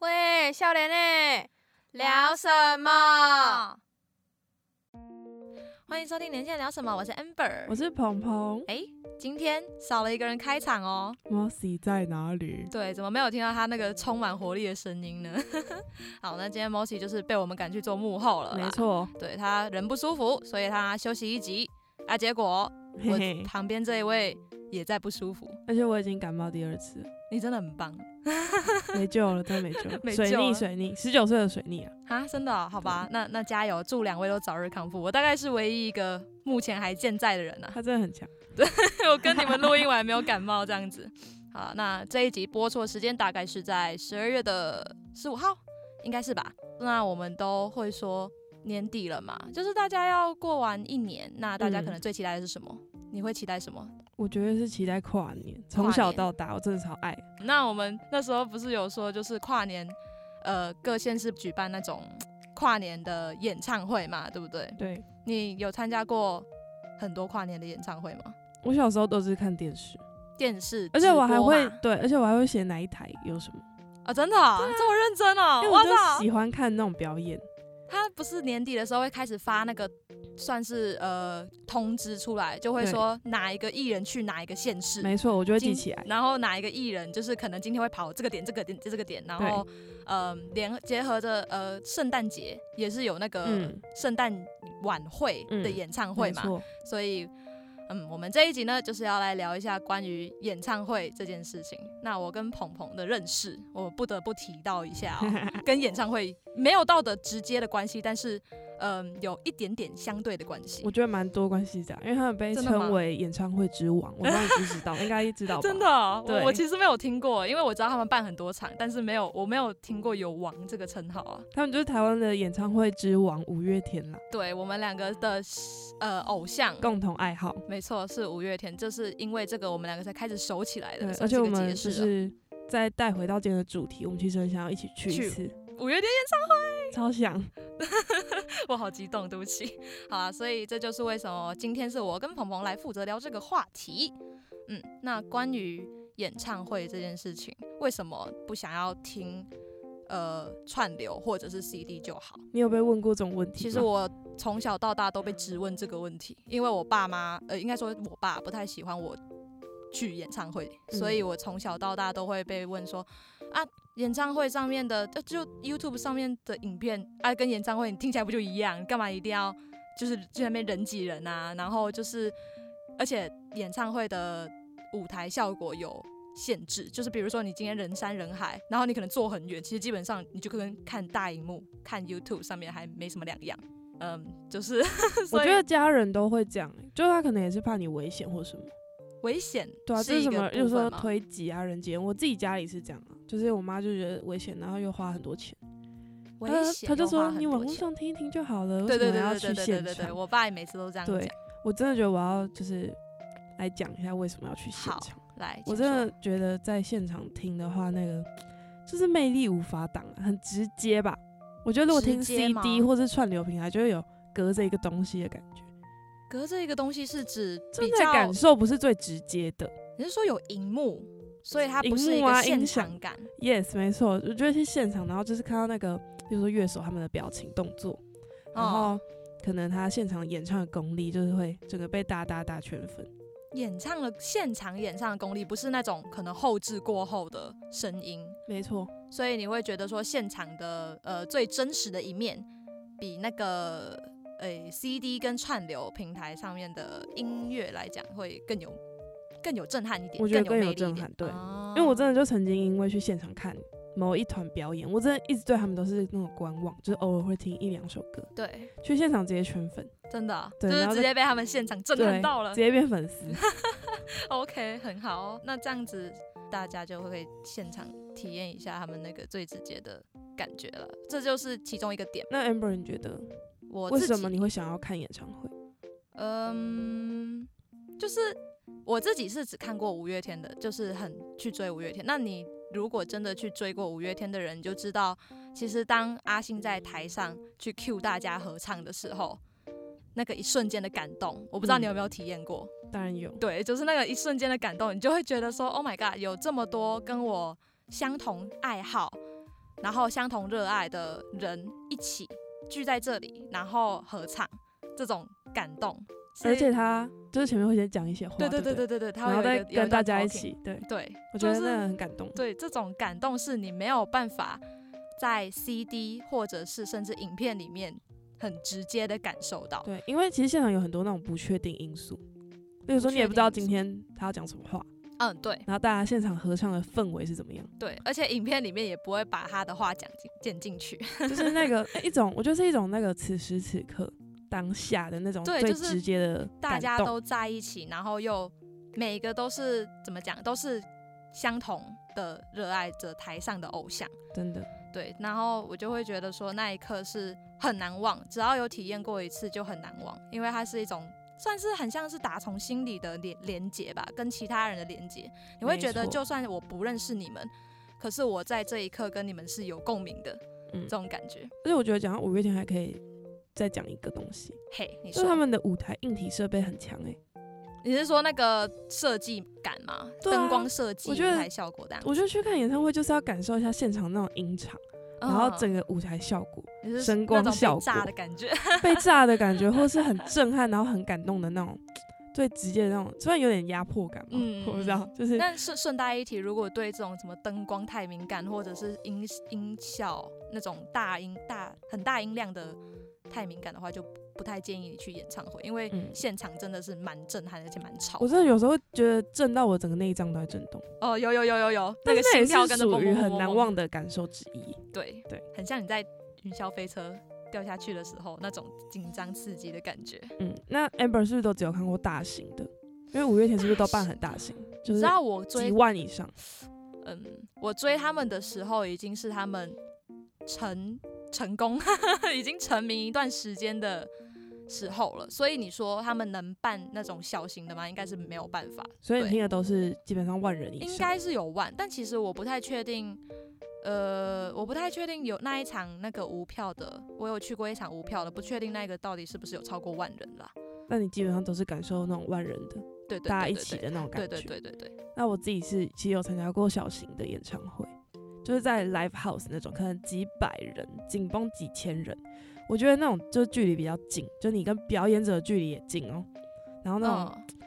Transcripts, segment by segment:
诶，少年诶，聊什么？欢迎收听《连线聊什么》，我是 Amber 我。是鹏鹏，哎，今天少了一个人开场哦。莫西在哪里？对，怎么没有听到他那个充满活力的声音呢？ 好，那今天 Mossy 就是被我们赶去做幕后了。没，错，对他人不舒服，所以他休息一集。啊，结果嘿我嘿，旁边这一位也在不舒服。而且我已经感冒第二 次了，你真的很棒没救了，真的没救了，没救了水逆水逆，十九岁的水逆 啊，啊！真的哦、好吧，那那加油，祝两位都早日康复。我大概是唯一一个目前还健在的人啊。 他真的很强，我跟你们录音，我还没有感冒这样子。好，那这一集播出的时间大概是在十二月的十五号，应该是吧？那我们都会说年底了嘛，就是大家要过完一年，那大家嗯可能最期待的是什么？你会期待什么？我觉得是期待跨年，从小到大我真的超爱，那我们那时候不是有说，就是跨年，呃，各县市举办那种跨年的演唱会嘛，对不对？对你有参加过很多跨年的演唱会吗？我小时候都是看电视，电视直播嘛，而且我还会对，而且我还会写哪一台有什么，啊、真的、啊、这么认真哦因为！我哇就操，喜欢看那种表演，他不是年底的时候会开始发那个算是呃通知出来，就会对说哪一个艺人去哪一个县市，没错，我就会记今起来，然后哪一个艺人就是可能今天会跑这个点、这个点、这个点，然后呃联结合着呃圣诞节也是有那个嗯，圣诞晚会的演唱会没嘛，错，所以。嗯，我们这一集呢，就是要来聊一下关于演唱会这件事情。那我跟鹏鹏的认识，我不得不提到一 下、哦，跟演唱会没有到的直接的关系，但是嗯、有一点点相对的关系我。觉得蛮多关系的，因为他们被真的吗称为演唱会之王，我不知道你知不知 道，应该知道吧？真的哦、我对我其实没有听过，因为我知道他们办很多场，但是没有我没有听过有王这个称号啊。他们就是台湾的演唱会之王五月天啦，对我们两个的呃偶像，共同爱好。没错是五月天，就是因为这个我们两个才开始熟起来的对，，而算是且我个们结就识了是再带回到今天的主题，我们其实很想要一起去去一次，五月天。超想。 我好激动，对不起。好啊，所以这就是为什么今天是我跟鹏鹏来负责聊这个话题。嗯，那关于演唱会这件事情，为什么不想要听呃串流或者是 CD 就好？你有被问过这种问题其吗？实我从小到大都被质问这个问题，因为我爸妈，呃，应该说我爸不太喜欢我去演唱会，嗯所以我从小到大都会被问说，啊，演唱会上面的，呃就 YouTube 上面的影片，啊，跟演唱会你听起来不就一样？你干嘛一定要就是去那边人挤人啊？然后就是，而且演唱会的舞台效果有。限制就是，比如说你今天人山人海，然后你可能坐很远，其实基本上你就跟看大荧幕、看 YouTube 上面还没什么两样。嗯，就是 我所以觉得家人都会这样、欸，就是他可能也是怕你危险或什么。危险对啊，就是是一什个么，就是部分说吗推挤啊、人挤人。我自己家里是这样啊，就是我妈就觉得危险，然后又花很多钱。危她险，她就说你网往络上听一听就好了，对对为什对么对对要去对对现对对，场？我爸也每次都这样讲对。我真的觉得我要就是来讲一下为什么要去现好场。来，我请真说的觉得在现场听的话，那个就是魅力无法挡、啊，很直接吧？我觉得如果听直接吗 CD 或是串流平台，就会有隔着一个东西的感觉，隔这一个东西是指比真的较，感受不是最直接的。你是说有荧幕，所以它不荧是一幕个啊现音场响感。 Yes，没错，我觉得去现场，然后就是看到那个，比如说乐手他们的表情动作，然哦，后可能他现场演唱的功力，就是会整个被大大大圈粉。演唱的现场演唱的功力不是那种可能后置过后的声音，没错，所以你会觉得说现场的呃最真实的一面，比那个诶、CD 跟串流平台上面的音乐来讲会更有更有震撼一点，我觉得更有更魅有力一震点撼。对，哦因为我真的就曾经因为去现场看某一团表演，我真的一直对他们都是那种观望，就是偶尔会听一两首歌，哦对去现场直接圈粉，真的就对是然后直再接被他们现场震撼对，到了直。接变粉丝。 OK，很好哦、那这样子大家就会可以现场体验一下他们那个最直接的感觉了，这就是其中一个点。那 Amber，你觉得 我为自什己么你会想要看演唱会？嗯，就是我自己是只看过五月天的，就是很去追五月天。那你如果真的去追过五月天的人，你就知道，其实当阿信在台上去 cue 大家合唱的时候，那个一瞬间的感动，我不知道你嗯有没有体验过。当然有，对，就是那个一瞬间的感动，你就会觉得说，Oh my god，有这么多跟我相同爱好，然后相同热爱的人一起聚在这里，然后合唱，这种感动是。而且他就是前面会先讲一些话，对对对对不对对对，他然后会有再一个有跟个大家一 talking 起，对对，我觉得就是那很感动。对，这种感动是你没有办法在 CD 或者是甚至影片里面很直接的感受到。对，因为其实现场有很多那种不确定因素，例如说你也不知道今天他要讲什么话，嗯，对然后大家现场合唱的氛围是怎么样，对，而且影片里面也不会把他的话讲进剪进去。就是那 个一种，我觉得是一种那个此时此刻当下的那种对最就是直接的大感家动都在一起，然后又每个都是怎么讲，都是相同的热爱着台上的偶像，真的对。然后我就会觉得说那一刻是很难忘，只要有体验过一次就很难忘，因为它是一种算是很像是打从心里的连连接吧，跟其他人的连接。你会没觉得错就算我不认识你们，可是我在这一刻跟你们是有共鸣的，嗯这种感觉。而且我觉得讲到五月天还可以再讲一个东西，嘿，你就说是他们的舞台硬体设备很强哎、你是说那个设计感吗？对啊灯光设计、我舞觉得台效果这样。我觉得去看演唱会就是要感受一下现场那种音场，嗯然后整个舞台效果、你是声那光种被效炸果的感觉， 被炸的感觉，或是很震撼，然后很感动的那种最直接的那种，虽然有点压迫感嘛，嗯我不知道，就是但顺顺带一提，如果对这种什么灯光太敏感，或者是音音效那种大音大很大音量的太敏感的话，就不太建议你去演唱会，因为嗯现场真的是蛮震撼，而且蛮吵我。真的有时候觉得震到我整个内脏都在震动，哦，有有有有有，那但个是心也跳是跟着属嘣于嘣嘣很嘣难嘣，忘的感受之一。对对，很像你在云霄飞车掉下去的时候那种紧张刺激的感觉。嗯，那 Amber 是不是都只有看过大型的？因为五月天是不是都办很大型，就你知是道我追几万以上？嗯，我追他们的时候已经是他们成成功， 已经成名一段时间的时候了。所以你说他们能办那种小型的吗？应该是没有办法，所以你对听的都是基本上万人以上。应该是有万，但其实我不太确定。呃，我不太确定有那一场那个无票的，我有去过一场无票的，不确定那个到底是不是有超过万人啦。那你基本上都是感受那种万人的，对对对对对，大家一起的那种感对觉。哦对对对对，那我自己是其实有参加过小型的演唱会，就是在 live house 那种，可能几百人，紧绷几千人。我觉得那种就是距离比较近，就你跟表演者的距离也近哦。然后那种、嗯，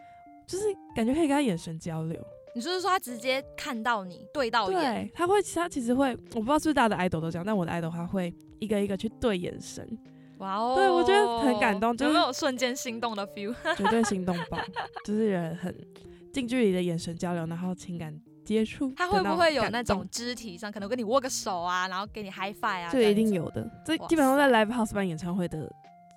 就是感觉可以跟他眼神交流，你就是说他直接看到你对到眼，对，他会他其实会，我不知道是不是大家的 idol 都这样，但我的 idol 他会一个一个去对眼神，哇哦！对我觉得很感动就是有没有瞬间心动的 feel？绝对心动爆，就是人很近距离的眼神交流，然后情感接触的他种感动，会不会有那种肢体上，可能跟你握个手啊，然后给你 high five 啊？这样一定子有的。这哇基本上在 live house 办演唱会的，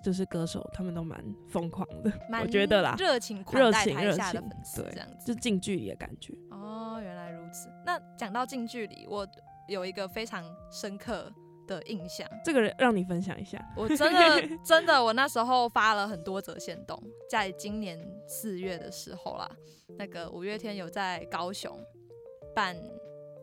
就是歌手他们都蛮疯狂的，蛮我觉得啦，热情款热待情台热下的情粉丝对这样子。就近距离的感觉。哦，原来如此。那讲到近距离，我有一个非常深刻的印象，这个人让你分享一下，我真 的真的，我那时候发了很多则线动，在今年四月的时候啦，那个五月天有在高雄办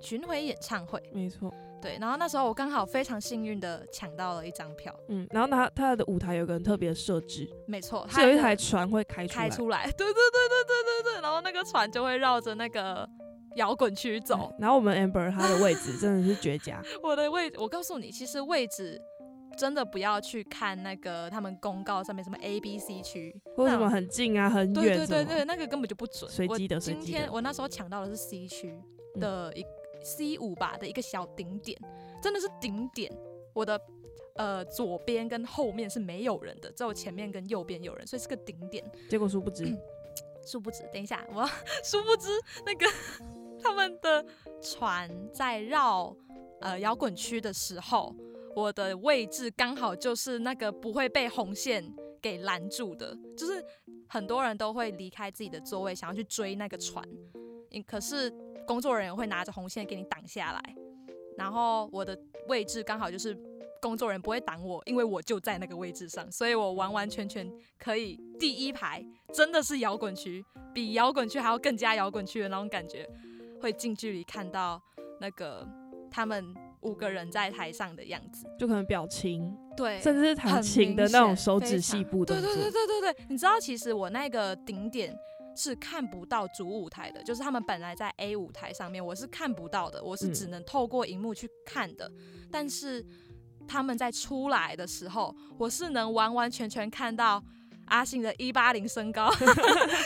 巡回演唱会。没错，对，然后那时候我刚好非常幸运的抢到了一张票，嗯，然后他他的舞台有个很特别的设置，没错，是它有一哦的台船会开出开来，出来， 对对对对对对对，然后那个船就会绕着那个摇滚区对走。嗯然后我们 Amber 他的位置真的是绝 佳，我的位，我告诉你，其实位置真的不要去看那个他们公告上面什么 A、B、C 区，或者什么那种很近啊、很对对远什对么对，，那个根本就不准。随我机的随今机的天我那时候抢到的是 C 区嗯的一 C 五吧的一个小顶点，真的是顶点。我的呃左边跟后面是没有人的，只有前面跟右边有人，所以是个顶点。结果殊不知，嗯殊不知，等一下，我 殊不知那个 他们的船在绕呃摇滚区的时候，我的位置刚好就是那个不会被红线给拦住的，就是很多人都会离开自己的座位，想要去追那个船，嗯可是工作人员会拿着红线给你挡下来，然后我的位置刚好就是。工作人员不会挡我，因为我就在那个位置上，所以我完完全全可以第一排真的是摇滚区，比摇滚区还要更加摇滚区的那种感觉，会近距离看到那个他们五个人在台上的样子。就可能表情，对，甚至是弹琴的那种手指细部对动对对作，对对对，你知道，其实我那个顶点是看不到主舞台的，就是他们本来在 A 舞台上面，我是看不到的，我是嗯只能透过荧幕去看的。但是他们在出来的时候，我是能完完全全看到阿信的一八零身高，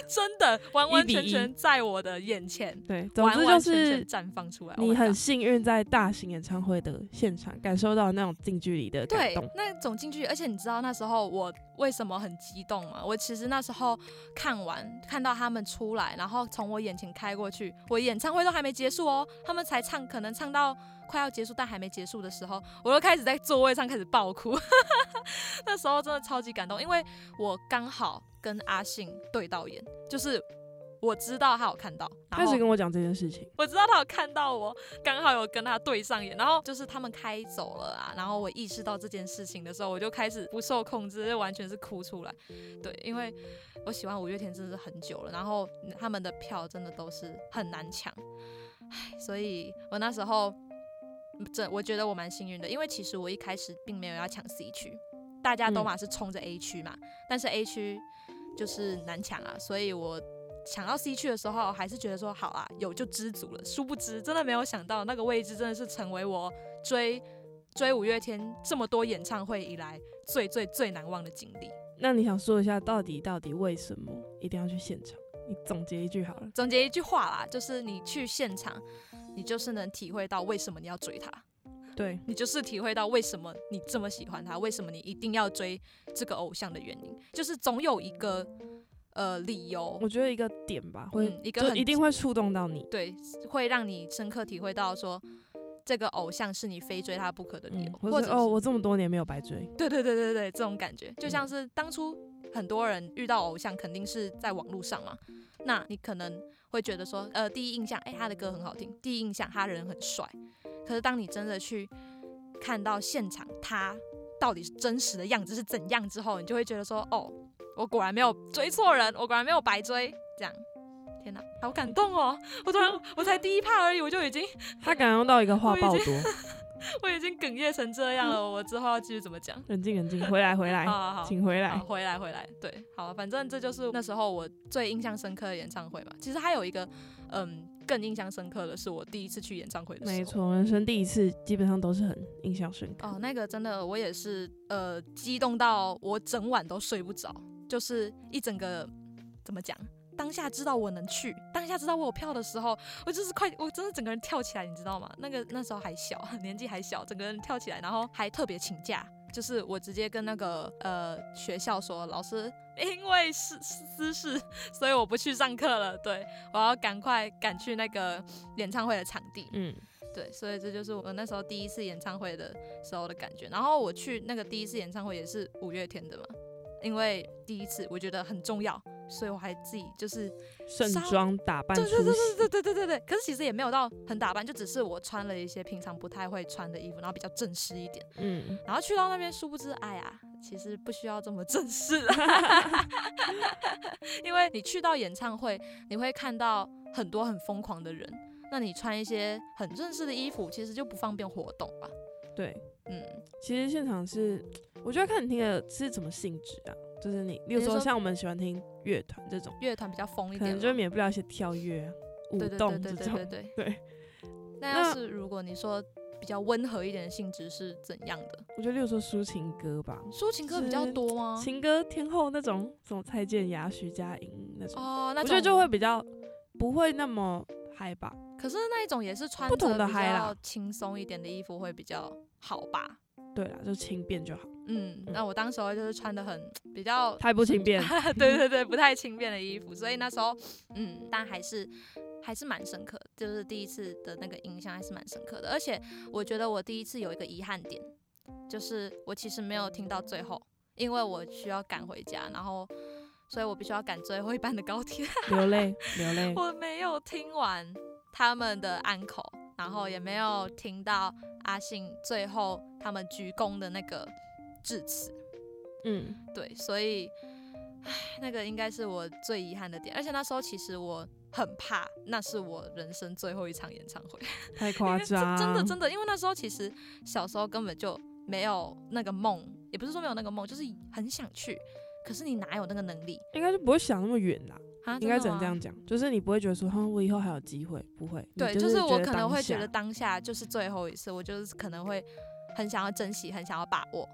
真的完完全全在我的眼前，对，总完之就完全全是绽放出来。Oh 你 my 很 god 幸运在大型演唱会的现场感受到那种近距离的感对动，，那种近距离，而且你知道那时候我为什么很激动吗？我其实那时候看完，看到他们出来，然后从我眼前开过去，我演唱会都还没结束哦，他们才唱，可能唱到快要结束但还没结束的时候，我就开始在座位上开始爆哭， 那时候真的超级感动，因为我刚好跟阿信对到眼，就是我知道他有看到，然开后始跟我讲这件事情，我知道他有看到我，刚好有跟他对上眼，然后就是他们开走了啊，然后我意识到这件事情的时候，我就开始不受控制，就完全是哭出来。对，因为我喜欢五月天真的是很久了，然后他们的票真的都是很难抢，唉，所以我那时候这我觉得我蛮幸运的，因为其实我一开始并没有要抢 C 区，大家都嗯嘛是冲着 A 区嘛，但是 A 区就是难抢啊，所以我抢到 C 区的时候，还是觉得说好啊，有就知足了。殊不知，真的没有想到那个位置真的是成为我追追五月天这么多演唱会以来最最最难忘的经历。那你想说一下，到底到底为什么一定要去现场？你总结一句好了。总结一句话啦，就是你去现场，你就是能体会到为什么你要追他，对，你就是体会到为什么你这么喜欢他，为什么你一定要追这个偶像的原因，就是总有一个呃理由我觉得一个点吧，会、嗯一个就很一定会触动到你。对，会让你深刻体会到说，这个偶像是你非追他不可的理由，嗯，或或者者是哦，我这么多年没有 白追，对对对对对，这种感觉就嗯像是当初很多人遇到偶像，肯定是在网络上嘛。那你可能会觉得说，呃，第一印象，哎、他的歌很好听；第一印象，他人很帅。可是当你真的去看到现场，他到底是真实的样子是怎样之后，你就会觉得说，哦，我果然没有追错人，我果然没有白追。这样，天哪，好感动哦！我突然，我才第一趴而已，我就已经，他感动到一个话我已爆经多。 我已经哽咽成这样了。我之后要继续怎么讲？冷静冷静，回来回来，好好好，请回来好，。哦回来回来，对，好，啊反正这就是那时候我最印象深刻的演唱会嘛。其实还有一个，嗯，更印象深刻的是我第一次去演唱会的时候。没。错，人生第一次基本上都是很印象深刻。哦，那个真的，我也是，呃，激动到我整晚都睡不着，就是一整个怎么讲？当下知道我能去，当下知道我有票的时候，我就是快，我真的整个人跳起来，你知道吗？那个那时候还小， 年纪还小，整个人跳起来，然后还特别请假，就是我直接跟那个呃学校说，老师，因为是是私事，所以我不去上课了，对我要赶快赶去那个演唱会的场地，嗯，对，所以这就是我那时候第一次演唱会的时候的感觉。然后我去那个第一次演唱会也是五月天的嘛，因为第一次我觉得很重要，所以我还自己就是盛稍装打扮出对对对对席，对对对对对。可是其实也没有到很打扮，就只是我穿了一些平常不太会穿的衣服，然后比较正式一点。嗯，然后去到那边，殊不知，哎呀，其实不需要这么正式 啦，因为你去到演唱会，你会看到很多很疯狂的人，那你穿一些很正式的衣服，其实就不方便活动吧。对。嗯，其实现场是，我觉得看你听的是什么性质啊，就是你，例如你说说像我们喜欢听乐团这种，乐团比较疯一可点能嘛，就免不了一些跳跃啊、舞对对对动对这对对种。对。对，那要是如果你说比较温和一点的性质是怎样的？我觉得例如说抒情歌吧，抒情歌比较是多吗？情歌天后那种，什么蔡健雅、徐佳莹那种，哦，那我觉得种就会比较不会那么嗨吧。可是那一种也是穿不同着的比嗨啦较轻松一点的衣服会比较好吧？对啦，就轻便 就好，嗯，嗯那我当时候就是穿的很比较，太不轻便。 对对对，不太轻便的衣服，所以那时候，嗯，但还是还是蛮深刻，就是第一次的那个印象还是蛮深刻的。而且我觉得我第一次有一个遗憾点，就是我其实没有听到最后，因为我需要赶回家，然后所以我必须要赶最后一班的高 铁。流泪，流泪。我没有听完他们的安口，然后也没有听到阿信最后他们鞠躬的那个致辞，嗯，对，所以，唉，那个应该是我最遗憾的点。而且那时候其实我很怕，那是我人生最后一场演唱会， 太夸张，真的真的，因为那时候其实小时候根本就没有那个梦，也不是说没有那个梦，就是很想去，可是你哪有那个能力？应该就不会想那么远啦。啊，应该只真的能吗这样讲，就是你不会觉得说，哈，我以后还有机会，不会。你对，就就是我得可能当会觉下得，当下就是最后一次，我就是可能会很想要珍惜，很想要把握。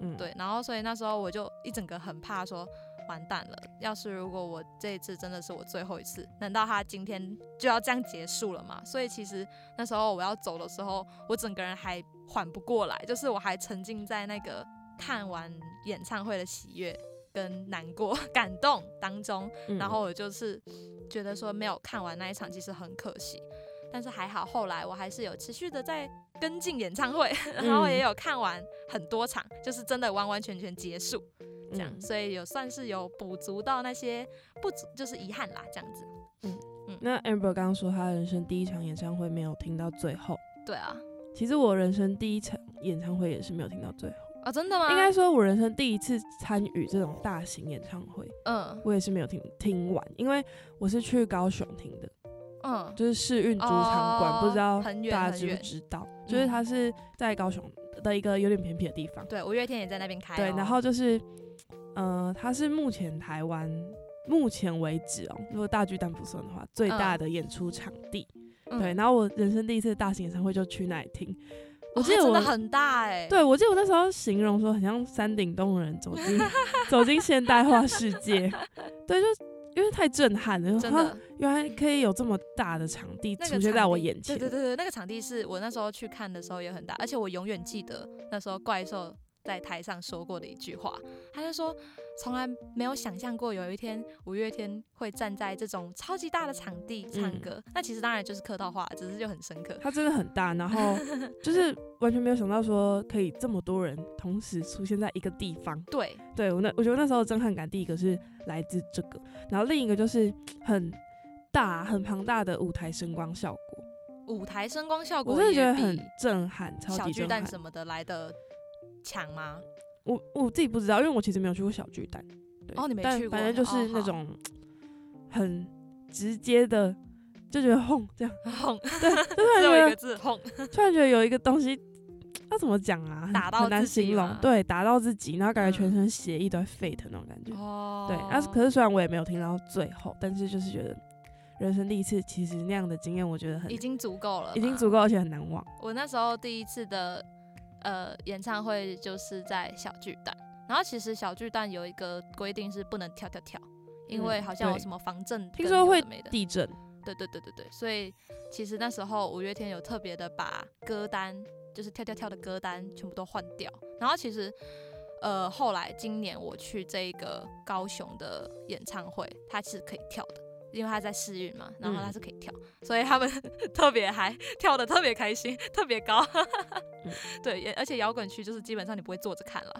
嗯，对，然后所以那时候我就一整个很怕说。完蛋了！要是如果我这一次真的是我最后一次，难道他今天就要这样结束了吗？所以其实那时候我要走的时候，我整个人还缓不过来，就是我还沉浸在那个看完演唱会的喜悦跟难过、 感动当中。嗯然后我就是觉得说没有看完那一场，其实很可惜。但是还好，后来我还是有持续的在跟进演唱会， 然嗯后也有看完很多场，就是真的完完全全结束这样，嗯所以有算是有补足到那些不足，就是遗憾啦，这样子。那 Amber 刚刚说她人生第一场演唱会没有听到最后，对啊，其实我人生第一场演唱会也是没有听到最后，哦，真的吗？应该说我人生第一次参与这种大型演唱会，嗯我也是没有听听完，因为我是去高雄听的，嗯，就是世运主场馆，哦不知道很远大家很知不远嗯知道，就是它是在高雄的一个有点偏僻的地方，对，五月天也在那边开、哦。对，然后就是，呃，它是目前台湾目前为止哦，如果大巨蛋不算的话，最大嗯的演出场地。嗯对，，然后我人生第一次大型演唱会就去那里听，我哦记它得真我的很大哎、对，我记得我那时候形容说，很像山顶洞人走 进走进现代化世界。对，就因为太震撼了，真哇的，原来可以有这么大的场地那出个现在场我地眼前。对对对对，那个场地是我那时候去看的时候也很大，而且我永远记得那时候怪兽在台上说过的一句话，他就说从来没有想象过有一天五月天会站在这种超级大的场地唱嗯歌。那其实当然就是客套话，只是就很深刻。它真的很大， 然后就是完全没有想到说可以这么多人同时出现在一个地方。对，对我那我觉得那时候的震撼感，第一个是来自这个，然后另一个就是很大很庞大的舞台声光效果，舞台声光效我果真的也觉得很比震撼，超小级巨震蛋撼。什么的来的强吗？我我自己不知道，因为我其实没有去过小巨蛋。对哦你没但去过反正就哦是那好种很直接的，就觉得轰这样， 轰， 突然只有一觉个 字轰。得突然觉得有一个东西。要怎么讲啊？很打到很难自己形容吗，对，打到自己，然后感嗯觉全身血液都在沸腾那种感觉。哦，对，啊但是可是虽然我也没有听到最后，但是就是觉得人生第一次，其实那样的经验，我觉得很已经足够了嘛，已经足够，而且很难忘。我那时候第一次的呃演唱会就是在小巨蛋，然后其实小巨蛋有一个规定是不能跳跳跳，因为嗯好像有对什么防震，听说会没的，地震，对对对对对，所以其实那时候五月天有特别的把歌单，就是跳跳跳的歌单全部都换掉，然后其实。呃，后来今年我去这个高雄的演唱会，它是可以跳的，因为它在试运嘛，然后它嗯是可以跳，所以他们 特别嗨，跳的特别开心，特别高。嗯 对，也而且摇滚区就是基本上你不会坐着看了，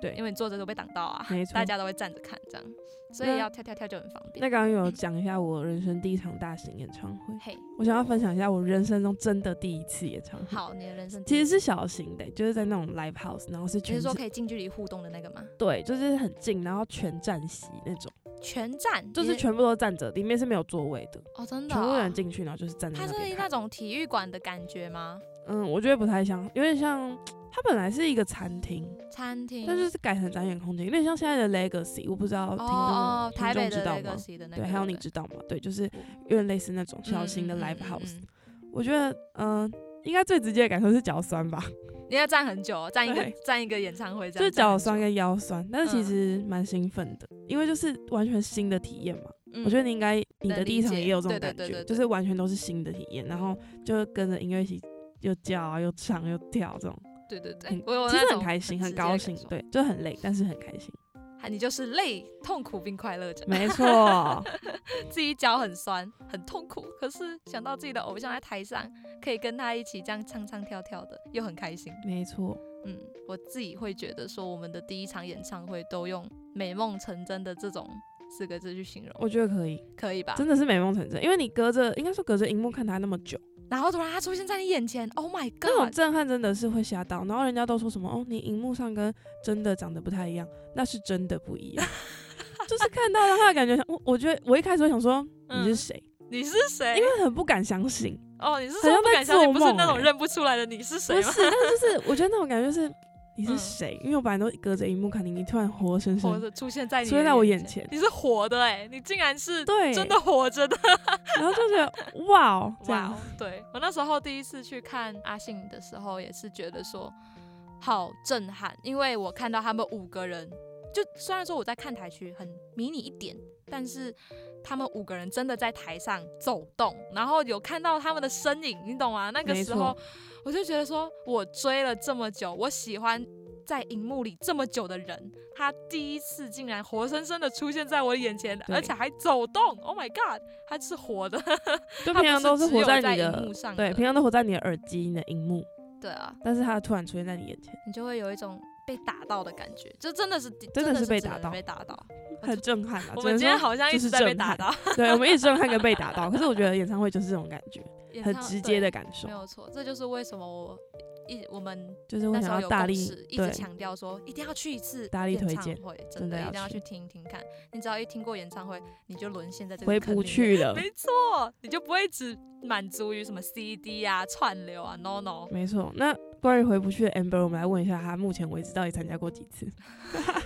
对因为你坐着都被挡到啊，没错大。家都会站着看这样，所那以要跳跳跳就很方便。啊那刚刚有讲一下我人生第一场大型演唱会，嘿，我想要分享一下我人生中真的第一次演唱会。好，你的人生其第一实是小型的、就是在那种 live house，然后是你全是说是可以近距离互动的那个吗？对，就是很近，然后全站席那种，全站就是你全部都站着，里面是没有座位的，哦，真的、全部人哦，进去，然后就是站在它那是边那看。种体育馆的感觉吗？嗯，我觉得不太像，有点像它本来是一个餐厅，餐厅，但就是改成展演空间，有点像现在的 Legacy，我不知道听众、哦哦，台听北众知的道那吗个？西的那个，对，还有你对知道吗？对，就是不对有点类似那种小型的嗯嗯嗯 live 嗯 house。嗯我觉得，嗯、应该最直接的感受是脚酸吧，你要站很久哦，站一个对站一个演唱会这就样，是脚站酸很久，跟腰酸，但是其嗯实蛮兴奋的，因为就是完全新的体验嘛。嗯我觉得你应该你的能第理一场解也有这种对对感对觉，对嗯就是完全都是新的体验，然后就跟着音乐一起又叫啊又唱又跳这种，嗯对对对很，我有哦其那实很种开心，很直接的高感兴受，对，就很累，但是很开 心。啊你就是累、痛苦并快乐着，没错，自己脚很酸、很痛苦，可是想到自己的偶像在台上，可以跟他一起这样唱唱跳跳的，又很开心。没错，嗯，我自己会觉得说，我们的第一场演唱会都用“美梦成真”的这种四个字去形容，我觉得可以，可以吧？真的是美梦成真，因为你隔着，应该说隔着荧幕看他那么久，然后突然他出现在你眼前，Oh my 那种 god！震撼真的是会吓到。然后人家都说什么哦，你荧幕上跟真的长得不太一样，那是真的不一样，就是看到让他的感觉像，我我觉得我一开始会想说你是嗯谁，你是谁因？为很不敢相信，哦，你是好像说不在敢相信，做不是梦那种欸认不出来的你是谁不吗？是，但是就是我觉得那种感觉就是你是嗯谁？因为我本来都隔着荧幕看你，你突然活生活生，着出现在你出现的在我眼眼前你是活的哎、你竟然是对，真的，活着的，然后就觉得哇哦，这哇样哦！对我那时候第一次去看阿信的时候，也是觉得说好震撼，因为我看到他们五个人，就虽然说我在看台区很迷你一点，但是他们五个人真的在台上走动，然后有看到他们的身影，你懂吗？那个没时候错我就觉得说，我追了这么久，我喜欢。在荧幕里这么久的人，他第一次竟然活生生的出现在我眼前，对而且还走动，Oh my god，他是活的，就他平常不都是是只活有你荧的幕，上对，的平常都活在你的耳机、你的荧幕，对啊，但是他突然出现在你眼前，你就会有一种被打到的感觉，就真的是真真的是被整打个人到被打到。很震撼啊！我只们能今天说，好像一就直是在被震打撼 到，对我们一直震撼跟被打到，可是我觉得演唱会就是这种感觉，演很唱直对接的感受没，有错，这就是为什么我一我们就是我那时想候要有大共力识，一直对强调说一定要去一次大力演推唱荐会，真真的的要一定要去去听一听看。你只要一听过演唱会，你就沦陷在这个回坑不里面去了，没错，你就不会只满足于什么 CD 啊、串流啊，no no。没错。那关于回不去的 Amber，我们来问一下，他目前为止到底参加过几次？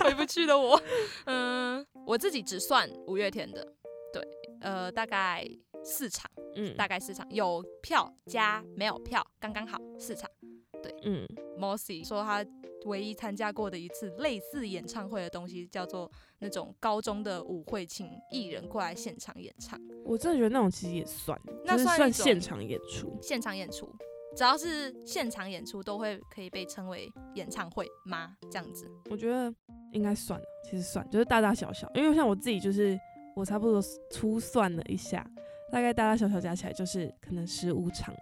回不去的 我。嗯，我自己只算五月天的，对，呃，大概四场，嗯大概四场，有票加没有票，刚刚好四场。嗯， Mossy 说他唯一参加过的一次类似演唱会的东西，叫做那种高中的舞会，请艺人过来现场演唱，我真的觉得那种其实也算，那就是算一算种现场演出。现场演出。只要是现场演出，都会可以被称为演唱会吗？这样子，我觉得应该算了，其实算就是大大小小，因为像我自己就是我差不多粗算了一下，大概大大小小加起来就是可能十五场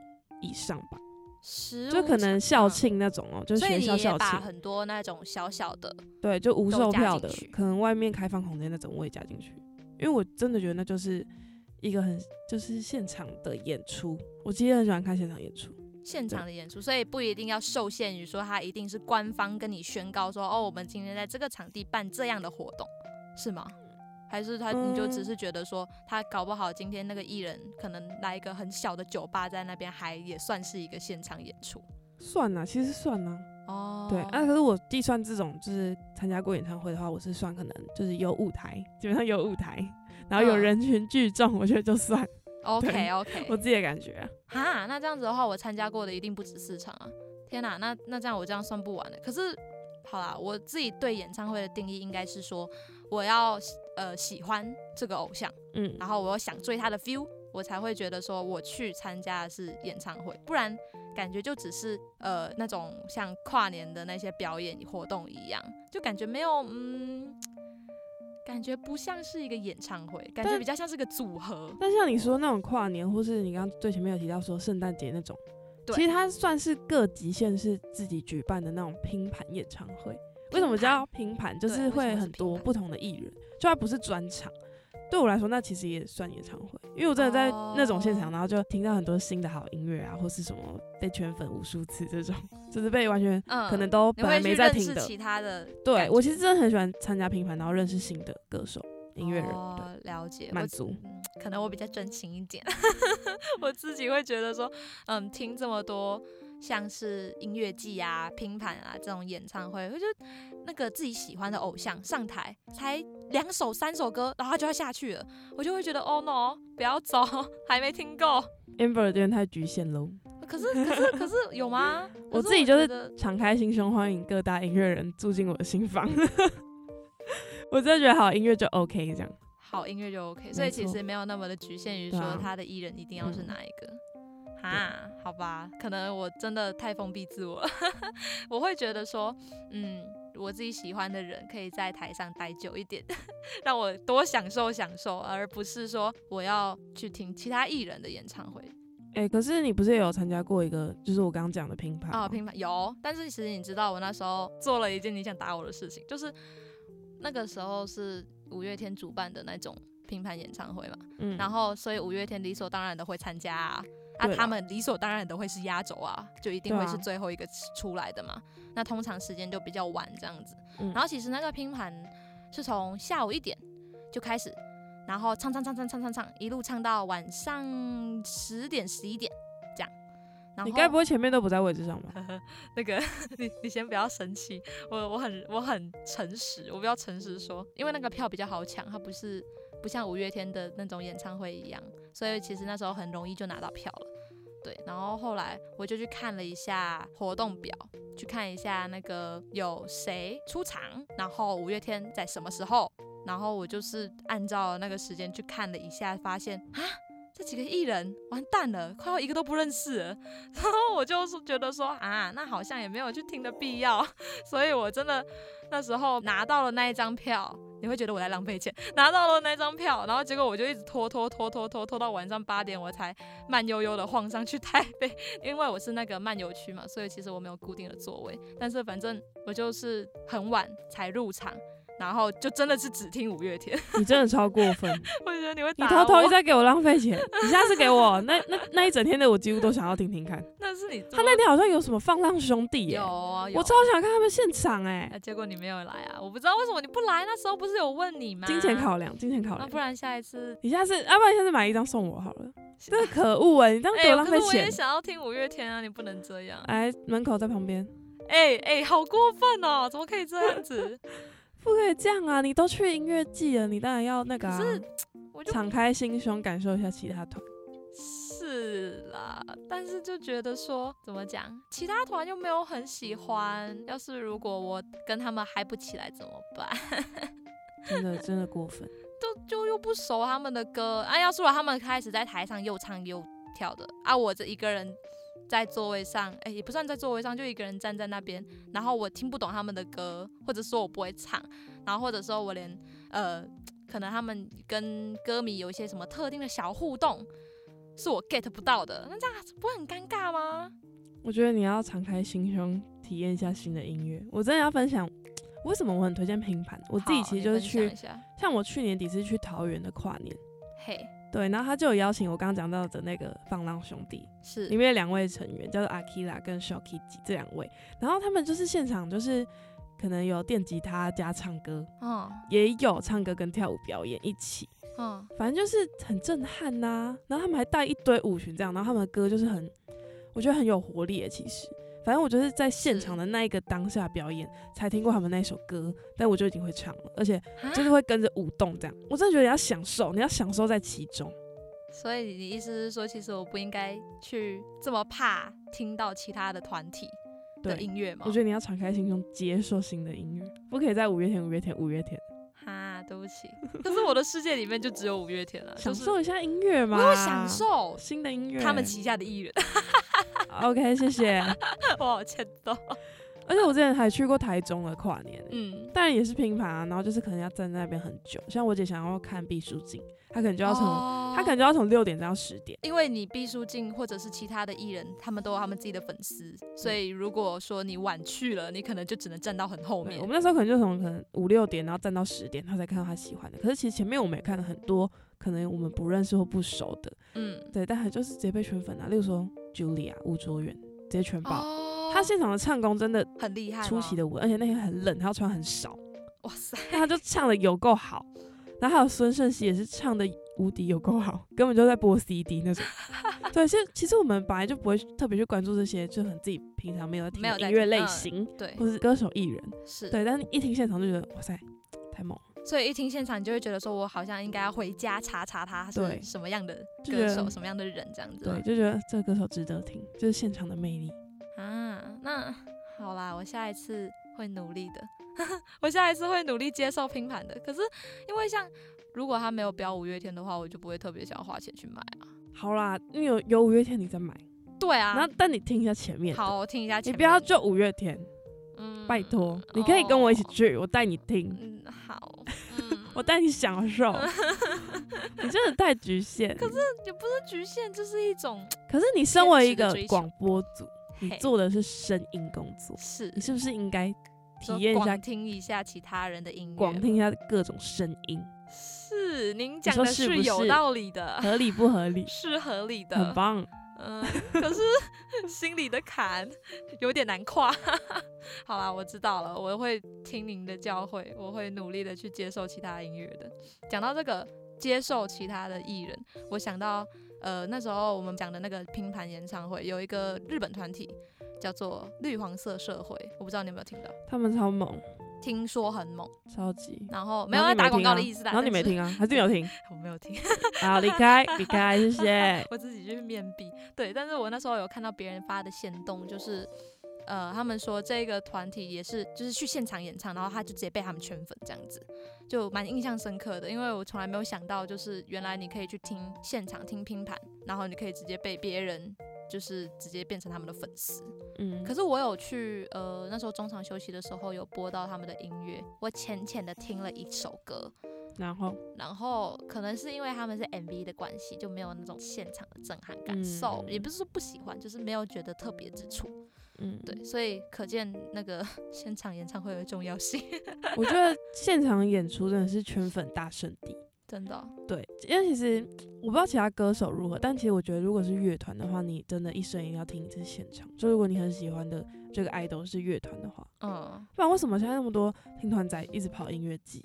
以上吧，十就可能校庆，庆那种哦、就是所以学你校也校把庆，很多那种小小的对，就无都售加票进的去，可能外面开放空间那种我也加进去，因为我真的觉得那就是一个很就是现场的演出，我其实很喜欢看现场演出，现对场的演出，所以不一定要受限于说它一定是官方跟你宣告说哦，我们今天在这个场地办这样的活动，是吗？还是他你就只嗯是觉得说他搞不好今天那个艺人可能来一个很小的酒吧在那边嗨，也算是一个现场演出算啦，其实算啦。哦。对，啊，可是我计算这种就是参加过演唱会的话，我是算可能就是有舞台，基本上有舞台，然后有嗯人群聚众，我觉得就算对 OK 我 OK，自己的感觉、啊。哈，那这样子的话，我参加过的一定不止四场啊！天哪，那那这样我这样算不完的。可是好啦，我自己对演唱会的定义应该是说，我要呃喜欢这个偶像。嗯，然后我又想追他的 feel，我才会觉得说我去参加的是演唱会，不然感觉就只是呃那种像跨年的那些表演活动一样，就感觉没有嗯，感觉不像是一个演唱会，感觉但比较像是个组合。但像你说那种跨年，或是你刚刚最前面有提到说圣诞节那种，对其实它算是各级县市自己举办的那种拼盘演唱会。为什么叫拼盘？就对是为什么会是很拼多盘不同的艺人，就它不是专场。对我来说，那其实也算演唱会，因为我真的在那种现场，哦然后就听到很多新的好音乐啊，或是什么被圈粉无数次这种， 就是被完全嗯，可能都你本来会没去在认听识的。其他的对感我觉其实真的很喜欢参加拼盘，然后认识新的歌手、音乐人，对，哦、了解，我满足。嗯，可能我比较专情一点， 我自己会觉得说，嗯，听这么多像是音乐季啊、拼盘啊这种演唱会，我就那个自己喜欢的偶像上台，才两首三首歌，然后他就要下去了，我就会觉得哦 no，不要走， 还没听够。 Amber 有点太局限喽。可是可是可是有 吗？可我自己就是觉得敞开心胸，欢迎各大音乐人住进我的心房。 我真的觉得好音乐就 OK 这样。好音乐就 OK，所没以其错实没有那么的局限于对说啊他的艺人一定要是嗯哪一个。啊，好吧，可能我真的太封闭自我了， 我会觉得说，嗯，我自己喜欢的人可以在台上待久一点， 让我多享受享受，而不是说我要去听其他艺人的演唱会。哎、可是你不是也有参加过一个，就是我刚刚讲的拼盘啊，吗平凡有，但是其实你知道，我那时候做了一件你想打我的事情，就是那个时候是五月天主办的那种拼盘演唱会嘛，嗯，然后所以五月天理所当然的会参加啊，啊对啦他们理所当然的会是压轴啊，就一定对会啊是最后一个出来的嘛。那通常时间就比较晚这样子，嗯然后其实那个拼盘是从下午一点就开始，然后唱唱唱唱唱唱唱，一路唱到晚上十点十一点这样。然后你该不会前面都不在位置上 吧？那个，你你先不要生气，我我很我很诚实，我比较诚实说，因为那个票比较好抢，它不是不像五月天的那种演唱会一样，所以其实那时候很容易就拿到票了。对，然后后来我就去看了一下活动表，去看一下那个有谁出场，然后五月天在什么时候，然后我就是按照那个时间去看了一下，发现啊，这几个艺人完蛋了，快要一个都不认识了。然后我就是觉得说啊，那好像也没有去听的必要， 所以我真的那时候拿到了那一张票，你会觉得我在浪费钱，拿到了那张票，然后结果我就一直拖拖拖拖拖拖到晚上八点，我才慢悠悠的晃上去台北， 因为我是那个漫游区嘛，所以其实我没有固定的座位，但是反正我就是很晚才入场。然后就真的是只听五月天， 你真的超过分，我觉得你会你打偷偷我一直在给我浪费钱，你下次给我那那那一整天的我几乎都想要听听 看。那是你他那天好像有什么放浪兄弟耶、有啊，有我超想看他们现场哎、啊，结果你没有来啊！我不知道为什么你不来，那时候不是有问你吗？金钱考量，金钱考那量啊不。然下一次，你下次，要、啊不然下次买一张送我好了。真的可恶哎、你这样给我浪啊可费是我钱也。想要听五月天啊，你不能这样。哎，门口在旁边，哎哎，好过分哦！怎么可以这样 子？不可以这样啊！你都去音乐季了，你当然要那个、啊可，是我就敞开心胸感受一下其他团。是啦，但是就觉得说怎么讲，其他团又没有很喜欢。要是如果我跟他们嗨不起来怎么办？真的真的过分。就就又不熟他们的歌啊。要是我他们开始在台上又唱又跳的啊，我这一个人在座位上，哎、也不算在座位上，就一个人站在那边，然后我听不懂他们的歌，或者说我不会唱，然后或者说我连呃，可能他们跟歌迷有一些什么特定的小互动。是我 get 不到的，那这样不会很尴尬吗？我觉得你要敞开心胸体验一下新的音乐。我真的要分享为什么我很推荐拼盘。我自己好其实你就是分享去一，下，像我去年底是去桃园的跨年，嘿，对，然后他就有邀请我刚刚讲到的那个放浪兄弟，是里面有两位成员叫做 Akira 跟 Shoki 这两位，然后他们就是现场就是可能有电吉他加唱歌，嗯也有唱歌跟跳舞表演一起，嗯，反正就是很震撼呐、然后他们还带一堆舞群这样，然后他们的歌就是很，我觉得很有活力耶。其实，反正我就是在现场的那一个当下表演才听过他们那首歌，但我就已经会唱了，而且啊就是会跟着舞动这样。我真的觉得你要享受，你要享受在其中。哦所以你意思是说，其实我不应该去这么怕听到其他的团体的对，音乐吗？我觉得你要敞开心胸接受新的音乐，不可以在五月天、五月天、五月天哈，对不起，可是我的世界里面就只有五月天了，呃享就是受一下音乐嘛，我有享受新的音乐。他们旗下的艺人， OK，谢谢。我好欠揍。而且我之前还去过台中的跨年耶，欸嗯，当然也是拼盘啊，然后就是可能要站在那边很久，像我姐想要看毕书尽，她可能就要从、哦她可能就要从六点站到十点，因为你毕书尽或者是其他的艺人，他们都有他们自己的粉丝，所以如果说你晚去了，你可能就只能站到很后对面我。们那时候可能就从可能五六点，然后站到十点，她才看到她喜欢的。可是其实前面我们也看了很多可能我们不认识或不熟的，嗯，对，但她就是直接被圈粉啊，例如说 Julia 吴卓源直接全爆。哦她现场的唱功真的很厉害吗，出奇的稳，而且那天很冷，她要穿很少，哇塞，但她就唱的有够好。然后还有孙盛熙也是唱的无敌有够好，根本就在播 CD 那种。对，其实其实我们本来就不会特别去关注这些，就很自己平常没有在听没有的在音乐听类嗯型、 对，或是歌手艺人。是，对，但是一听现场就觉得哇塞，太猛了，所以一听现场，你就会觉得说，我好像应该要回家查查他对是什么样的就歌觉手，得什么样的人这样子。对，就觉得这个歌手值得听，就是现场的魅力。啊，那好啦，我下一次会努力的， 我下一次会努力接受拼盘的。可是因为像如果他没有标五月天的话，我就不会特别想要花钱去买啊。好啦，你有有五月天你再买，对啊，然后但你听一下前面的，好，我听一下你前面，不要就五月天，嗯哦拜托，你可以跟我一起去，我带你听，嗯，好，嗯我带你 享受。你真的太局限，可是也不是局限，这是一种可是你身为一坚持的个追求广播组，你嘿做的是声音工作，是你是不是应该说体验一下广，听一下其他人的音乐，广听一下各种声音，是，您讲说的是不有是道理的，合理不合理？ 是合理很的。棒，嗯，可是 心里的坎有点难跨。 好啦，我知道了，我会听您的教诲，我会努力的去接受其他音乐的。讲到这个接受其他的艺人，我想到呃那时候我们讲的那个拼盘演唱会，有一个日本团体叫做绿黄色社会，我不知道你有没有听到，他们超猛，听说很猛，超级。然后没然有后在你打广听告啊的意思啦，然后你但没是，听啊，还是没有听？ 我没有听。。好，离开，离开，谢谢 我自己去面壁。对，但是我那时候有看到别人发的线动，就是呃，他们说这个团体也是就是去现场演唱，然后他就直接被他们圈粉这样子，就蛮印象深刻的。因为我从来没有想到，就是原来你可以去听现场听拼盘，然后你可以直接被别人。就是直接变成他们的粉丝，嗯可，是我有去呃那时候中场休息的时候有播到他们的音乐，我浅浅的听了一首歌，然后然后可能是因为他们是 MV 的关系，就没有那种现场的震撼感嗯受，也不是说不喜欢，就是没有觉得特别之处。嗯，对，所以可见那个 现场演唱会的重要性， 我觉得现场演出真的是圈粉大圣地。真的哦、对，因为其实我不知道其他歌手如何，但其实我觉得如果是乐团的话，你真的一生一定要听一次现场。就如果你很喜欢的这个 idol 是乐团的话，嗯，不然为什么现在那么多听团仔一直跑音乐季？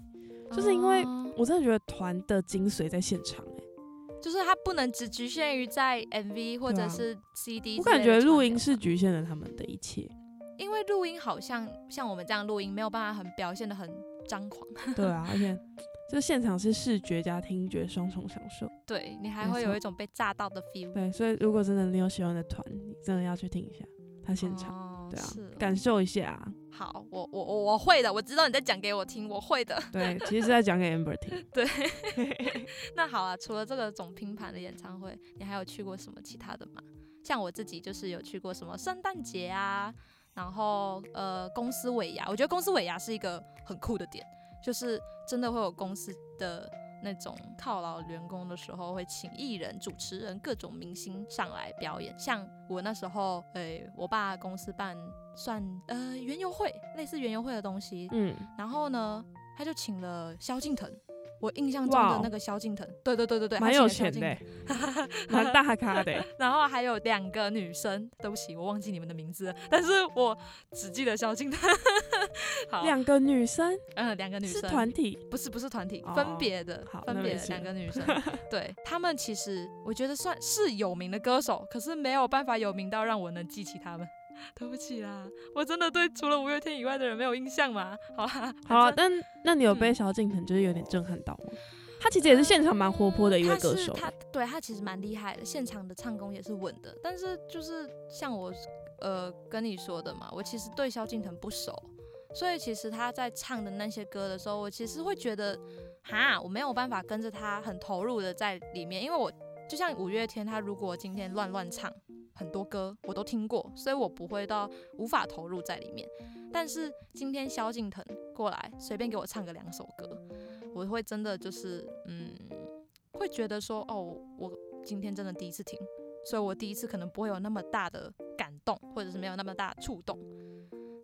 就是因为哦我真的觉得团的精髓在现场、欸，就是它不能只局限于在 MV 或对者啊是 CD，我之类感的觉传录给音他是局限了他们的一 切。因为录音好像像我们这样录音没有办法很表现的很张狂， 对啊，而且就现场是视觉加听觉双重享受。对你还没会有错一种被炸到的 feel。对，所以如果真的你有喜欢的团，你真的要去听一下他现场，场对啊是哦感受一下啊。好，我我我我会的，我知道你在讲给我听，我会的。 对，其实是在讲给 Amber 听。对，那好啊，除了这个总拼盘的演唱会，你还有去过什么其他的吗？像我自己就是有去过什么圣诞节啊，然后呃公司尾牙，我觉得公司尾牙是一个很酷的点，就是真的会有公司的那种犒劳员工的时候，会请艺人、主持人、各种明星上来表演。像我那时候，诶、我爸公司办算呃园游会，类似园游会的东西，嗯，然后呢，他就请了萧敬腾，我印象中哇的哦那个萧敬腾，对对对对对，他蛮请有了萧钱敬的、欸腾。， 蛮大咖的欸、然后还有两个女生，对不起，我忘记你们的名字了，但 是我只记得萧敬腾。 好，欸两个女生嗯、两个女是生，团体，不是不是团体，哦分别的，好分那别没的事两个 女生。对他们其实我觉得算是有名的歌手，可是没有办法有名到让我能记起他们。 对不起啦，我真的对除了五月天以外的人没有印象嘛。好啦，好、啊，反正嗯但那你有被萧敬腾就是有点震撼到吗？他其实也是现场蛮活泼的一位呃他歌是手欸、他对他其实蛮厉害的，现场的唱功也是稳的。但是就是像我呃跟你说的嘛，我其实对萧敬腾不熟，所以其实他在唱的那些歌的时候，我其实会觉得哈，我没有办法跟着他很投入的在里面，因为我就像五月天，他如果今天乱乱唱。很多歌我都听过，所以我不会到无法投入在里面。但是今天萧敬腾过来随便给我唱个两首歌，我会真的就是嗯，会觉得说，哦，我今天真的第一次听，所以我第一次可能不会有那么大的感动，或者是没有那么大的触动。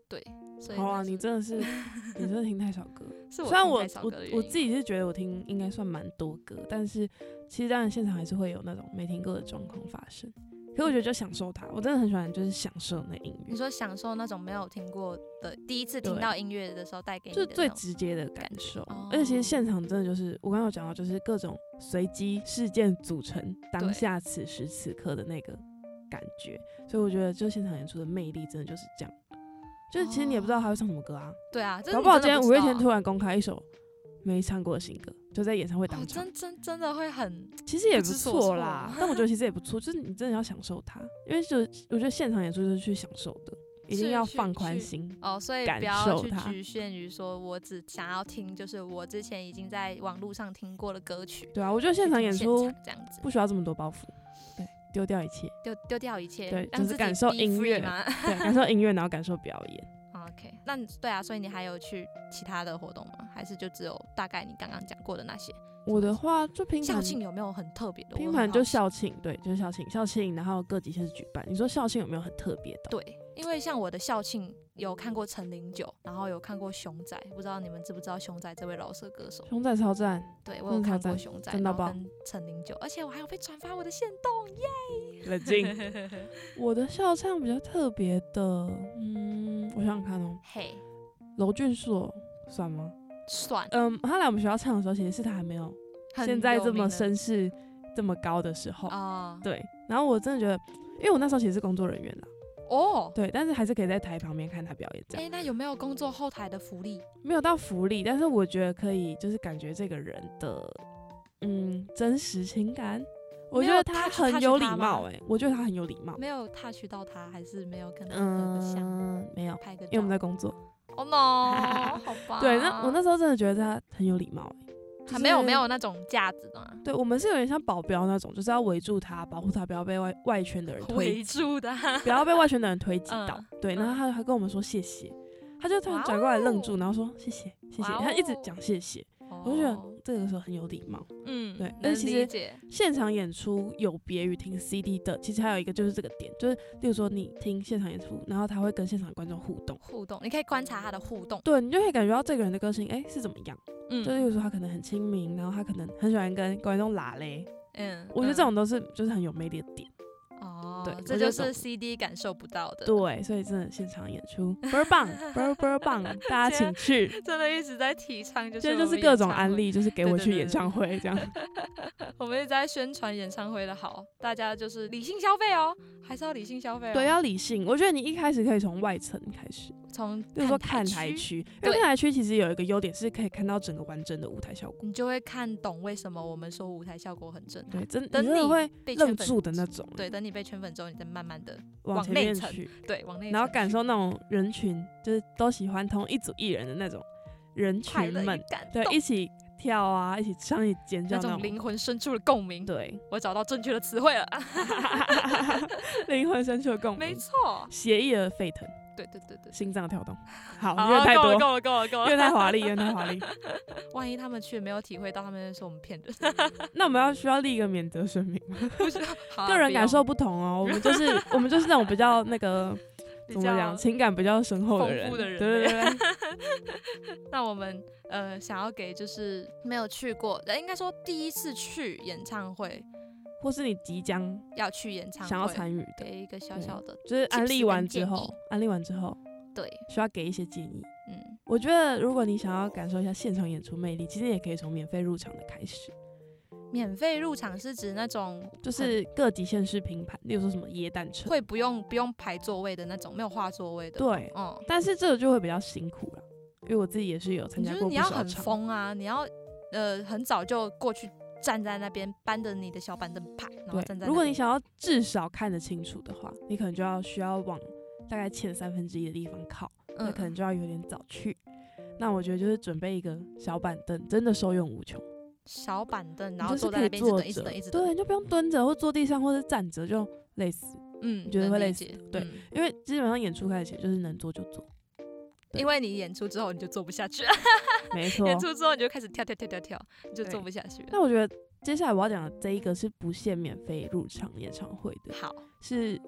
对，所以好啊，那是你真 的是，你真的听太少歌。是我虽然听我太少我歌的原我因啊自己是觉得我听应该算蛮多歌，但是其实当然现场还是会有那种没听过的状况发生。可我觉得就享受它，我真的很喜欢，就是享受那音乐你，说享受那种没有听过的第一次听对到音乐的时候带给你就的是最那种直接的感受。哦而且其实现场真的就是我刚刚有讲到，就是各种随机事件组成对当下此时此刻的那个感觉，所以我觉得就现场演出的魅力真的就是这样。就是其实你也不知道他会唱什么歌啊，对啊，这搞你不好今真的天知五月道天啊突然公开一首没唱过的新歌，就在演唱会当哦，场。真真真的会很其实也不不知所措错啦， 但我觉得其实也不错，就是你真的要享受它，因为就我觉得现场演出就是去享受的，一定是要去放宽去心。哦，所以感不要受去它局限于说我只想要听就是我之前已经在网络上听过的歌曲，对啊，我觉得现场去演听出场这样子不需要这么多包袱，对，丢掉 一切，丢丢掉一切，对让就是自己感受 be 音 free 乐吗 对，感受音乐，然后感受表演。 ？OK，那你对啊，所以你还有去其他的活动吗？还是就只有大概你刚刚讲过的那些？我的话就拼校盘，庆有没有很特别的？我拼很盘好就奇校庆，对，就是校庆，校庆，然后各级县市举办。你说校庆有没有很特别的？对，因为像我的校庆有看过陈零九，然后有看过熊仔，不知道你们知不知道熊仔这位老色歌手？熊仔超赞， 对我有嗯看好过赞熊仔，赞到然后爆跟陈零九，而且我还有被转发我的线动耶！冷 静。我的校唱比较特别的，嗯，我想想看哦，嘿，娄俊硕算吗？算，嗯，他来我们学校唱的时候，其实是他还没有很呃现在有这名么的声势这么高的时候，啊，对。然后我真的觉得，因为我那时候其实是工作人员啦，哦，对，但是还是可以在台旁边看他表演，这样哎，那有没有工作后台的福利？没有到福利，但是我觉得可以，就是感觉这个人的嗯真实情感。我没觉有得他 touch- 很 touch 有礼他吗貌、哎，我觉得他很有礼貌。没有 touch 到他，还是没有跟他合个相，嗯，没有，拍个照？因为我们在工作。哦 no，好 吧。对，那我那时候真的觉得他很有礼貌、欸，就还哦啊没有是没有那种架子的啊，对我们是有点像保镖那种，就是要围住他，保护他不要被外外圈的人推，围住的啊，不要被外圈的人推挤到。嗯对，然后他还跟我们说谢谢，他就突然转过来愣住，然后说谢谢谢谢，哇他一直哦讲谢谢，我 我就觉得这个时候很有礼貌。哦嗯，对但能其理实解，现场演出有别于听 CD 的，其实还有一个就是这个点，就是例如说你听现场演出，然后他会跟现场观众互动。互动，你可以观察他的互动，对你就可以感觉到这个人的个性，哎、是怎么样？嗯就例如说他可能很亲民，然后他可能很喜欢跟观众拉嘞，嗯，我觉得嗯这种都是就是很有魅力的点，哦，对这我觉就得是懂 CD 感受不到的，对，所以真的现场演出倍儿棒，倍儿倍儿棒， 大家请去。真的一直在提倡，就是这这就是各种案，例，就是给对我对去对演对 唱会这样。我们一直在宣传演唱会的好，大家就是理性消费哦，还是要理性消费哦，对，，要啊理性。我觉得你一开始可以从外层开始，从比如说看看台区，区，因对为看台区其实有一个优点是可以看到整个完整的舞台效果。你就会看懂为什么我们说舞台效果很震对，撼，真你等真的你会被圈愣粉住的那种，对，等你被圈粉之后，你再慢慢的往往前内面层去，对往内层去，然后感受那种人群，就是都喜欢同一组艺人的那种人快群乐们与，感对，动一起跳啊，一起唱，一起尖叫那那种种。灵魂深处的共鸣，对，我找到正确的词汇了，灵魂深处的共没鸣，错，血液的沸腾，对对对对。心脏 跳动。好，好越啊，太够多了，够了，够了，够越了！ 太华丽，越太华丽。万一他们去没有体会到，他们就说我们骗人。那我们要需要立一个免责声明吗，不 是，好啊个人不感用受不同哦。我们就是 我们就是那种比较那个比怎么较讲，情感比较深厚的丰人，富的人对对对对，那我们呃，想要给就是没有去过，呃应该说第一次去演唱会或是你即将要去演唱会，想要参与 的，给一个小小的就是安 tips 利完跟之建后议，安利完之后对，需要给一些建议。嗯，我觉得，如果你想要感受一下现场演出魅力，其实也可以从免费入场的开始，免费入场是指那种就是各级县市拼盘，例如说什么椰蛋城，会不用不用排座位的那种，没有画座位的，，对，嗯，但是这个就会比较辛苦了，因为我自己也是有参你加就是过你不要少很场，疯啊，你要呃很早就过去站在那边，搬着你的小板凳啪，然后站在那对，如果你边想要至少看得清楚的话，你可能就要需要往大概前三分之一的地方靠，嗯那可能就要有点早去。那我觉得就是准备一个小板凳，真的受用无穷，小板凳，你然后就是坐在那可以边一直坐等，一直着等，一直，等对，，你就不用蹲着或坐地上或者站着，就累死。嗯，你觉得能会理累死解的对嗯因为基本上演出开始前就是能做就做，对因为你演出之后你就做不下去了，没 错。演出之后你就开始跳跳跳跳跳，你就对做不下去了。那我觉得接下来我要讲的这一个是不限免费入场演唱会的，好，是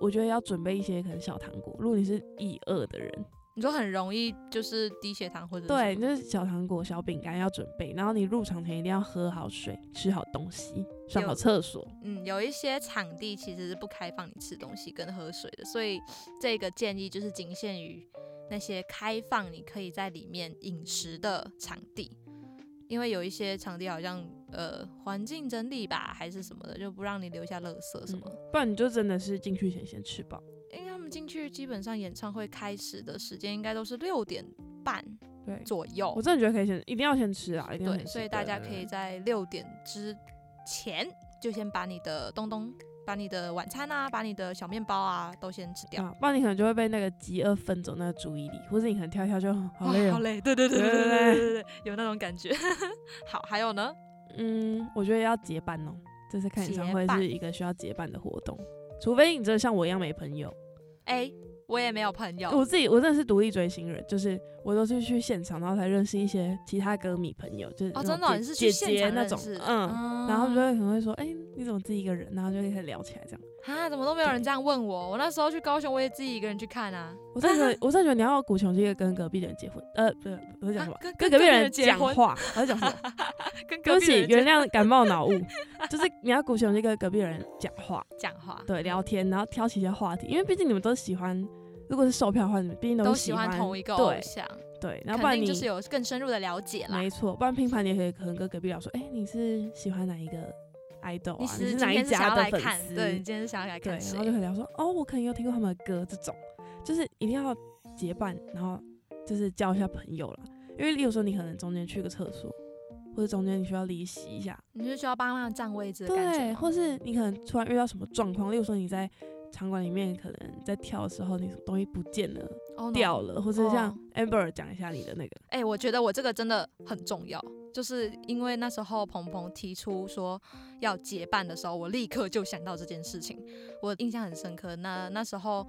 我觉得要准备一些可能小糖果。如果你是易饿的人，你说很容易就是低血糖或者是对，什么就是小糖果、小饼干要准备。然后你入场前一定要喝好水、吃好东西、上好有厕所。嗯，有一些场地其实是不开放你吃东西跟喝水的，所以这个建议就是仅限于那些开放你可以在里面饮食的场地，因为有一些场地好像呃环境整理吧还是什么的，就不让你留下垃圾什么。不然你就真的是进去前先吃饱。因为他们进去基本上演唱会开始的时间应该都是六点半对，左右我，真的觉得可以先，一定要先吃啊，一定要对，先吃。所以大对家对可以对在六点之前就先把你的东东、把你的晚餐啊、把你的小面包啊都先吃掉。啊，不然你可能就会被那个饥饿分走那个注意力，或者你可能跳一跳就 好累啊好哦。累，对对对对对对对对对，有那种感觉。 好，还有呢，嗯，我觉得要结伴哦，这次看演唱结会伴是一个需要结伴的活动，除非你真的像我一样没朋友。哎、我也没有朋友，我自己我真的是独立追星人，就是我都是去现场，然后才认识一些其他歌迷朋友，就是哦，那真的种哦，姐你是去姐现姐场那认种识，，嗯，嗯然后就会可能会说，哎、你怎么自己一个人？然后就开始聊起来这样。啊，怎么都没有人对这样问我？我那时候去高雄，我也自己一个人去看啊，我真的觉得，我真的觉得你要鼓穷这个跟隔壁的人结婚，呃，不是，我在讲啊什么？跟跟跟隔隔壁壁的人人结讲婚话，我在讲什么？跟 对隔不壁的起，人原谅感冒 脑雾，就是你要鼓起勇气跟隔壁的人讲话，讲话，对，聊天，然后挑起一些话题，因为毕竟你们都喜欢，如果是售票的话，你们毕竟都喜喜欢同一个偶对像，对，然后不肯然定你就是有更深入的了解啦。没错，不然拼盘你也可以可能跟隔壁聊说，哎、你是喜欢哪一个 idol 你啊，其你实是今哪一天是想家要的来粉看，丝，对，你今天是想要来对，看然谁后？就可以聊说，哦，我可能有听过他们的歌，这种就是一定要结伴，然后就是交一下朋友啦。因为例如说，你可能中间去个厕所，或者中间你需要离席一下，你就需要帮他们占位置的感对，觉吗。或是你可能突然遇到什么状况，例如说你在场馆里面可能在跳的时候，你什么东西不见了、哦，no 掉了，或者像哦 Amber 讲一下你的那个，哎、我觉得我这个真的很重要，就是因为那时候鹏鹏提出说要结伴的时候，我立刻就想到这件事情，我印象很深刻。那那时候，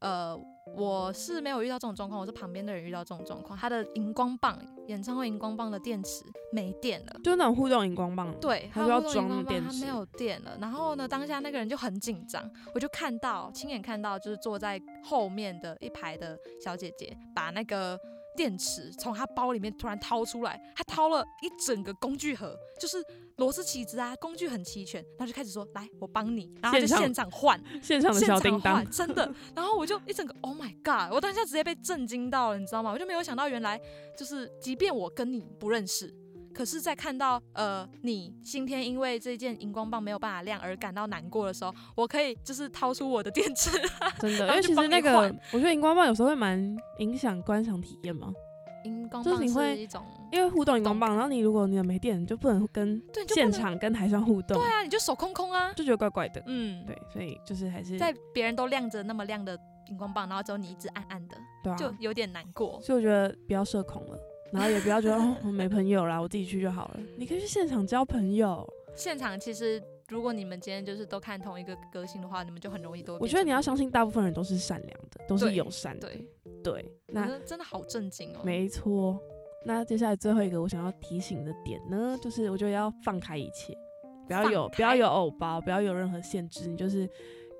呃，我是没有遇到这种状况，我是旁边的人遇到这种状况，他的荧光棒，演唱会荧光棒的电池没电了。就是那种互动荧光棒，，对，还他是嗯要互动装荧光那电棒，他池没有电了。然后呢，当下那个人就很紧张，我就看到，亲眼看到，就是坐在后面的一排的小姐姐把那个电池从她包里面突然掏出来，她掏了一整个工具盒，就是螺丝起子啊，工具很齐全，然后就开始说：“来，我帮你。”然后她就现场现场换，现场的现小场叮当换，真的。然后我就一整个 Oh my God！我当下直接被震惊到了，你知道吗？我就没有想到，原来就是即便我跟你不认识，可是，在看到呃你今天因为这件荧光棒没有办法亮而感到难过的时候，我可以就是掏出我的电池， 真的，然因后为就其帮你实那个换我觉得荧光棒有时候会蛮影响观赏体验嘛，荧光就是棒你是会一种。因为互动荧光棒，然后你如果你的没电，你就不能跟对，你就不现能场跟台上互动，对啊，你就手空空啊，就觉得怪怪的。嗯，对，所以就是还是在别人都亮着那么亮的荧光棒，然后只有你一直暗暗的，对啊，就有点难过。所以我觉得不要社恐了，然后也不要觉得哦我没朋友啦，我自己去就好了。你可以去现场交朋友。现场其实，如果你们今天就是都看同一个歌星的话，你们就很容易都。我觉得你要相信，大部分人都是善良的，都是对友善的。对，对，那那真的好震惊哦。没错。那接下来最后一个我想要提醒的点呢，就是我觉得要放开一切，不要放有开不要有偶包，不要有任何限制，你就是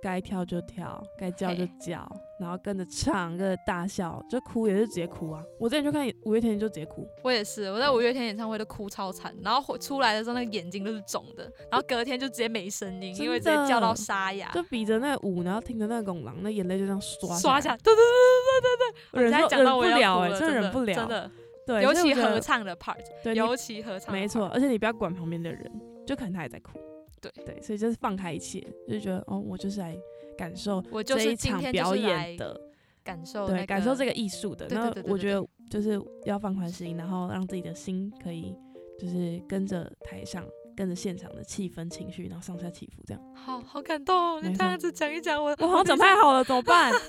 该跳就跳，该叫就嘿叫，然后跟着唱，跟着大笑，就哭也是直接哭啊！我之前就看五月天就直接哭，我也是，我在五月天演唱会都哭超惨，然后回出来的时候那个眼睛都是肿的，然后隔天就直接没声音，因为直接真的叫到沙哑，就比着那个舞，然后听着那个拱廊，那眼泪就这样刷刷下下来来，对对对我对对对，忍现在受讲忍到不我也要了哭哎、了，真的忍不了，真的，对，尤所以其我觉得合，唱的 part，对，尤你其合唱，没错，，而且你不要管旁边的人，就可能他也在哭，对对，所以就是放开一切，就是觉得哦，我就是来感受我就这是一今场天就表是演来的，感受那对，个感受这个艺术的。对那对对对我对觉得就是要放宽心，然后让自己的心可以就是跟着台上。跟着现场的气氛、情绪，然后上下起伏，这样。好好感动哦，没你错这样子讲一讲，我我好像讲太好了，怎么办？我开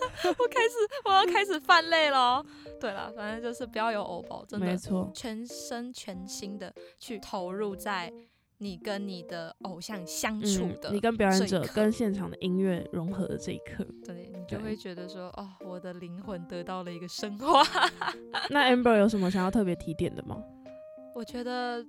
始我要开始犯累了哦。对了，反正就是不要有偶包， 真的没错，全身全心的去投入在你跟你的偶像相处的，嗯你跟表演这一者刻跟现场的音乐融合的这一刻。对你就对会觉得说，哦，我的灵魂得到了一个升华。 那 Amber 有什么想要特别提点的吗？我觉得，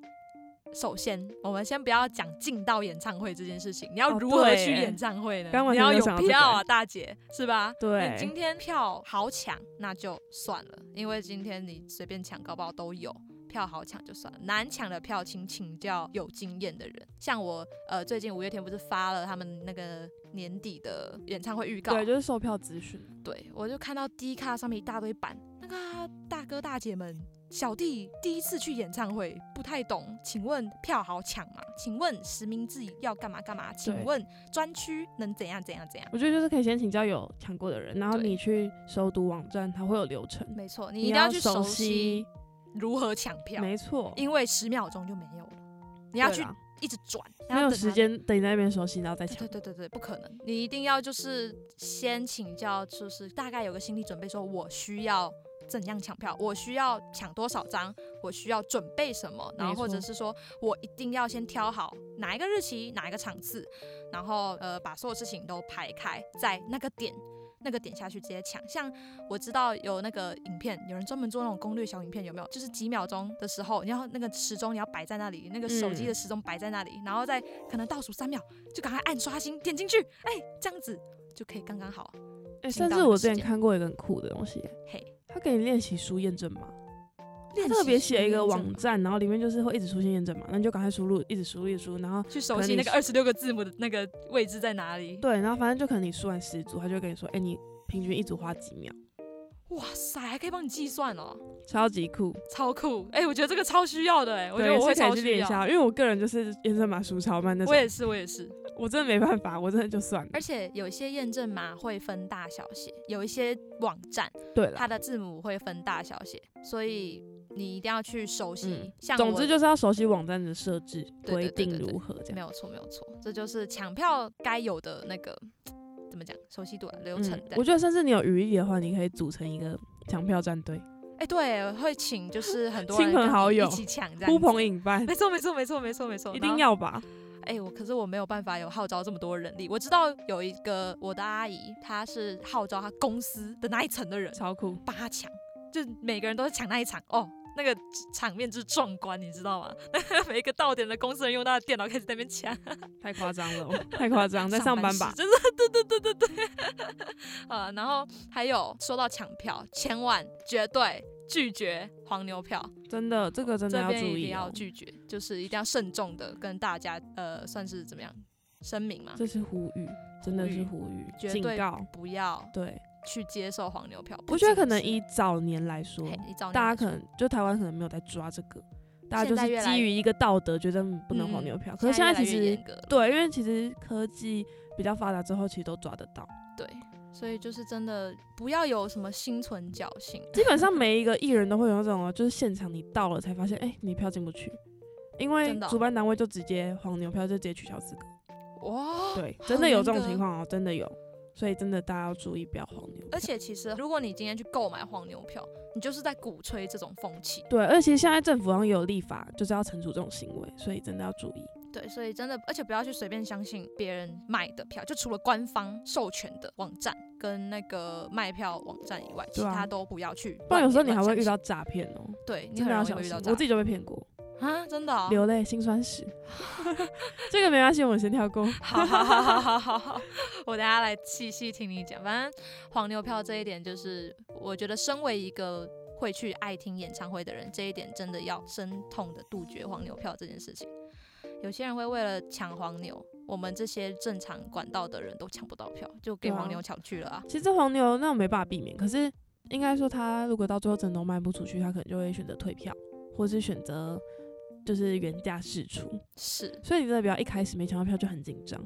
首先我们先不要讲进到演唱会这件事情，你要哦如何对去耶演唱会呢？刚完你全要没有有想到这票个啊，大姐，是吧？对你今天票好抢，那就算了，因为今天你随便抢，搞不好都有。票好抢就算了，难抢的票请请教有经验的人。像我，呃，最近五月天不是发了他们那个年底的演唱会预告，对，就是售票资讯。对，我就看到 D 卡上面一大堆版，那个啊大哥大姐们，小弟第一次去演唱会，不太懂，请问票好抢吗？请问实名制要干嘛干嘛？请问专区能怎样怎样怎样？我觉得就是可以先请教有抢过的人，然后对你去熟读网站，它会有流程，没错，你你一定要去熟熟悉如何抢票，没错，因为十秒钟就没有了，你要对去啦一直转，然没后有等时它间等你在那边熟悉，然后再抢对。对对对，不可能！你一定要就是先请教，就是大概有个心理准备，说我需要怎样抢票，我需要抢多少张，我需要准备什么，然后没或者错是说我一定要先挑好哪一个日期、哪一个场次，然后呃把所有事情都排开在那个点。那个点下去直接抢，像我知道有那个影片，有人专门做那种攻略小影片，有没有？就是几秒钟的时候，你要那个时钟你要摆在那里，那个手机嗯的时钟摆在那里，然后再可能倒数三秒，就赶快按刷新，点进去，哎、这样子就可以刚刚好。哎，请甚到至那个我时之前间看过一个很酷的东西，嘿，它给你练习输验证码，它练特习别输写一个验证网码站，然后里面就是会一直出现验证码，那你就赶快输入，一直输入，一直输入，然后去熟可能悉你那个二十六个字母的那个位置在哪里。对，然后反正就可能你输完十组，他就会跟你说，哎，你平均一组花几秒，哇塞，还可以帮你计算哦，超级酷。超酷！哎、我觉得这个超需要的、哎，我觉对得我会是可以超去需练一要。下，因为我个人就是验证码输超慢那我种，也是，我也是。我真的没办法，我真的就算了。而且有一些验证码会分大小写，有一些网站对了，它的字母会分大小写，所以你一定要去熟悉。嗯像总我嗯之就是要熟悉网站的设置对规对对定对对如何这没样。有错，没有错，这就是抢票该有的那个怎么讲熟悉度啊流程嗯这样。我觉得甚至你有余力的话，你可以组成一个抢票 战队，哎、对，会请就是很多亲人朋跟好你友一起抢这样。呼朋引 伴，没错，没错，没错，没错，没错，一然定后。要吧？哎、我可是我没有办法有号召这么多人力。我知道有一个我的阿姨，她是号召她公司的那一层的人超酷，帮她抢，就每个人都是抢那一场哦。那个场面之壮观，你知道吗？ 每一个到点的公司人用他的电脑开始在那边抢，太夸张 了哦，太夸张，在上班吧时？真的，对对对对对。 呃，然后还有说到抢票，千万绝对拒绝黄牛票，真的，这个真的这要边注一定意要哦，拒绝，就是一定要慎重的跟大家呃，算是怎么样声明嘛，这是呼吁，真的呼是吁呼吁，绝警对告。不要对，去接受黄牛票。我觉得可不能仅以早年来是说嘿，你找你大来家可说能就台湾可能没有在抓这个，大家就现在越是来基于一个道德，觉得嗯不能嗯黄牛票。可是现现在在其越来越实严格了对，因为其实科技比较发达之后，其实都抓得到。对，所以就是真的不要有什么心存侥幸。基本上每一个艺人都会有那种哦，就是现场你到了才发现，哎、你票进不去，因为真的哦主办单位就直接黄牛票就直接取消资格。哇，对，哦好真的有这种严格情。况哦，真的有。所以真的大家要注意，不要黄牛。而且其实，如果你今天去购买黄牛票，你就是在鼓吹这种风气。对，而且其实现在政府好像也有立法，就是要惩处这种行为，所以真的要注意。对，所以真的，而且不要去随便相信别人卖的票，就除了官方授权的网站跟那个卖票网站以外，其对啊他都不要去乱。不然有时候你还乱会相遇信，到诈骗哦，对，你真很的要容易小会遇心到。诈我自己就被骗过，啊，真的、哦。流泪辛酸史。 这个没关系，我们先跳过。好好好好好好好， 我等下来细细听你讲。反正黄牛票这一点，就是我觉得身为一个会去爱听演唱会的人，这一点真的要深痛的杜绝黄牛票这件事情。有些人会为了抢黄牛，我们这些正常管道的人都抢不到票，就给对啊黄牛抢去了啊。其实黄牛那种没办法避免，可是应该说他如果到最后真的都卖不出去，他可能就会选择退票，或是选择就是原价释出。是，所以你真的不要一开始没抢到票就很紧张。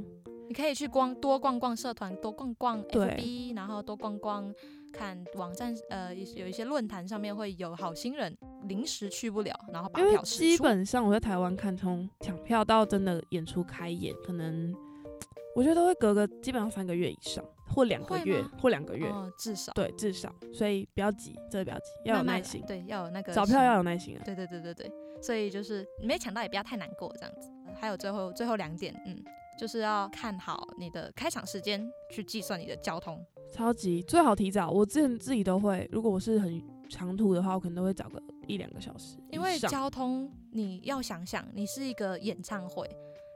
你可以去逛多逛逛社团，多逛逛对 FB，然后多逛逛看网站，呃，一有一些论坛上面会有好心人临时去不了，然后把因为票释基出本上我在台湾看，从抢票到真的演出开演，可能我觉得都会隔个基本上三个月以上，或两个会月吗，或两个月，哦，至少对，至少。所以不要急，真的不要急，要有慢慢耐来心，对，要有那个找票心要有耐心啊。对对对对对，所以就是没抢到也不要太难过这样子。呃还有最后最后两点，嗯，就是要看好你的开场时间，去计算你的交通。超级最好提早。我之前自己都会，如果我是很长途的话，我可能都会早个一两个小时以上。因为交通你要想想，你是一个演唱会，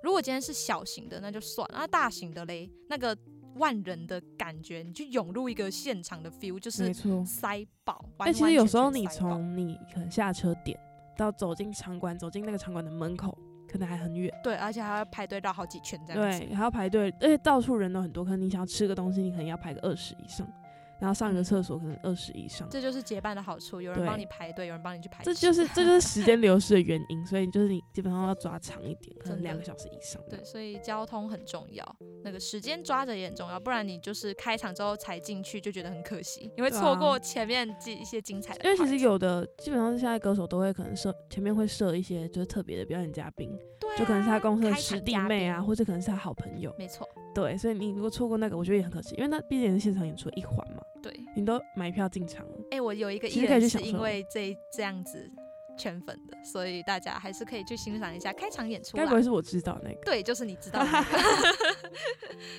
如果今天是小型的那就算，那大型的嘞，那个万人的感觉，你去涌入一个现场的 feel 就没是错。塞爆。但完其实完有全时候全你塞爆从你可能下车点到走进场馆，走进那个场馆的门口，可能还很远。对，而且还要排队绕好几圈这样子。对，还要排队，而且到处人都很多。可能你想要吃个东西，你可能要排个二十以上，然后上一个嗯厕所可能二十以上。这就是结伴的好处，有人对帮你排队，有人帮你去排这队。就是这就是时 间流逝的原因，所以就是你基本上要抓长一点，可真能的两个小时以上。对，，所以交通很重要，那个时间抓着也很重要，不然你就是开场之后才进去，就觉得很可惜，你会对啊错过前面几一些精彩的因 part。为其实有的基本上现在歌手都会可能设前面会设一些就是特别的表演嘉宾，对啊就可能是他公司的开师场弟嘉妹啊，宾或者可能是他好朋友。没错，对，所以你如果错过那个，我觉得也很可惜，因为那毕竟也是现场演出的一环嘛，对。你都买票进场了。哎、我有一个其艺实可人以去是享因受为这一这样子圈粉的，所以大家还是可以去欣赏一下开场演出该啦不。会是我知道那个？对，就是你知道的那个。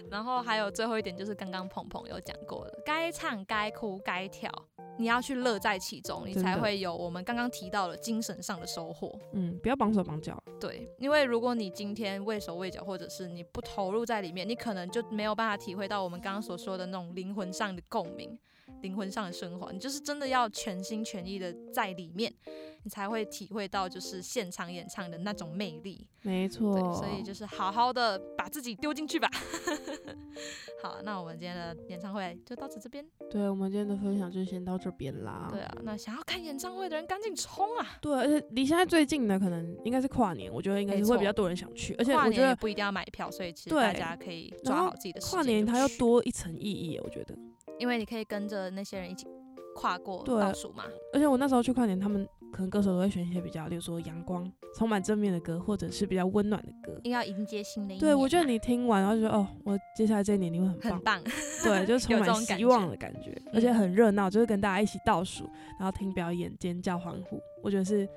然后还有最后一点，就是刚刚鹏鹏有讲过的，该唱该哭该跳，你要去乐在其中，你真才的会有我们刚刚提到的精神上的收获。嗯，不要绑手绑脚。对，因为如果你今天畏手畏脚，或者是你不投入在里面，你可能就没有办法体会到我们刚刚所说的那种灵魂上的共鸣。灵魂上的升华，你就是真的要全心全意的在里面，你才会体会到就是现场演唱的那种魅力。没对，错，所以就是好好的把自己丢进去吧。 好，那我们今天的演唱会就到此这边。对我们今天的分享就先到这边啦。对啊，那想要看演唱会的人赶紧冲啊！对，而且离现在最近的可能应该是跨年，我觉得应该是没会错比较多人想去，而且跨我觉年也得不一定要买票，所以其实对大家可以抓然后好自己的时间跨年就它又去，多一层意义，我觉得。因为你可以跟着那些人一起跨过对倒数嘛。而且我那时候去跨年，他们可能歌手都会选一些比较，例如说阳光、充满正面的歌，或者是比较温暖的歌。要迎接新的一年嘛。对，我觉得你听完，然后就觉得哦，我接下来这一年你会很 棒很，棒，对，就是充有这满种感希望的感觉，而且嗯很热闹，就是跟大家一起倒数，然后听表演、尖叫、欢呼，我觉得是，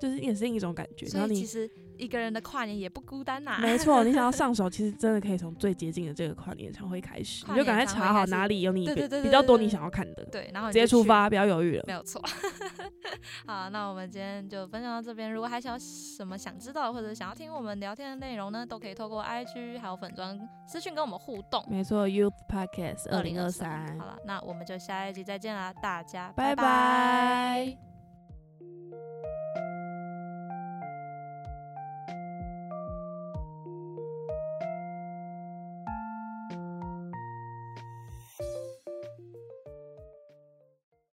就是也是另一种感觉。然所后以其你实啊一个人的跨年也不孤单 呐、没错，你想要上手，其实真的可以从最接近的这个跨年演唱会开始，跨你就年赶快演唱会查好开始哪里有你对比对对对比较多对你对想要看的，直对，然后你接就出去，发，不要犹豫了没。有错。 好，那我们今天就分享到这边。如果还想有什么想知道的或者想要听我们聊天的内容呢，都可以透过 IG 还有粉砖私讯跟我们互动。没错，Youth Podcast 二零二2023三好，了，那我们就下一集再见啦，大家拜拜拜。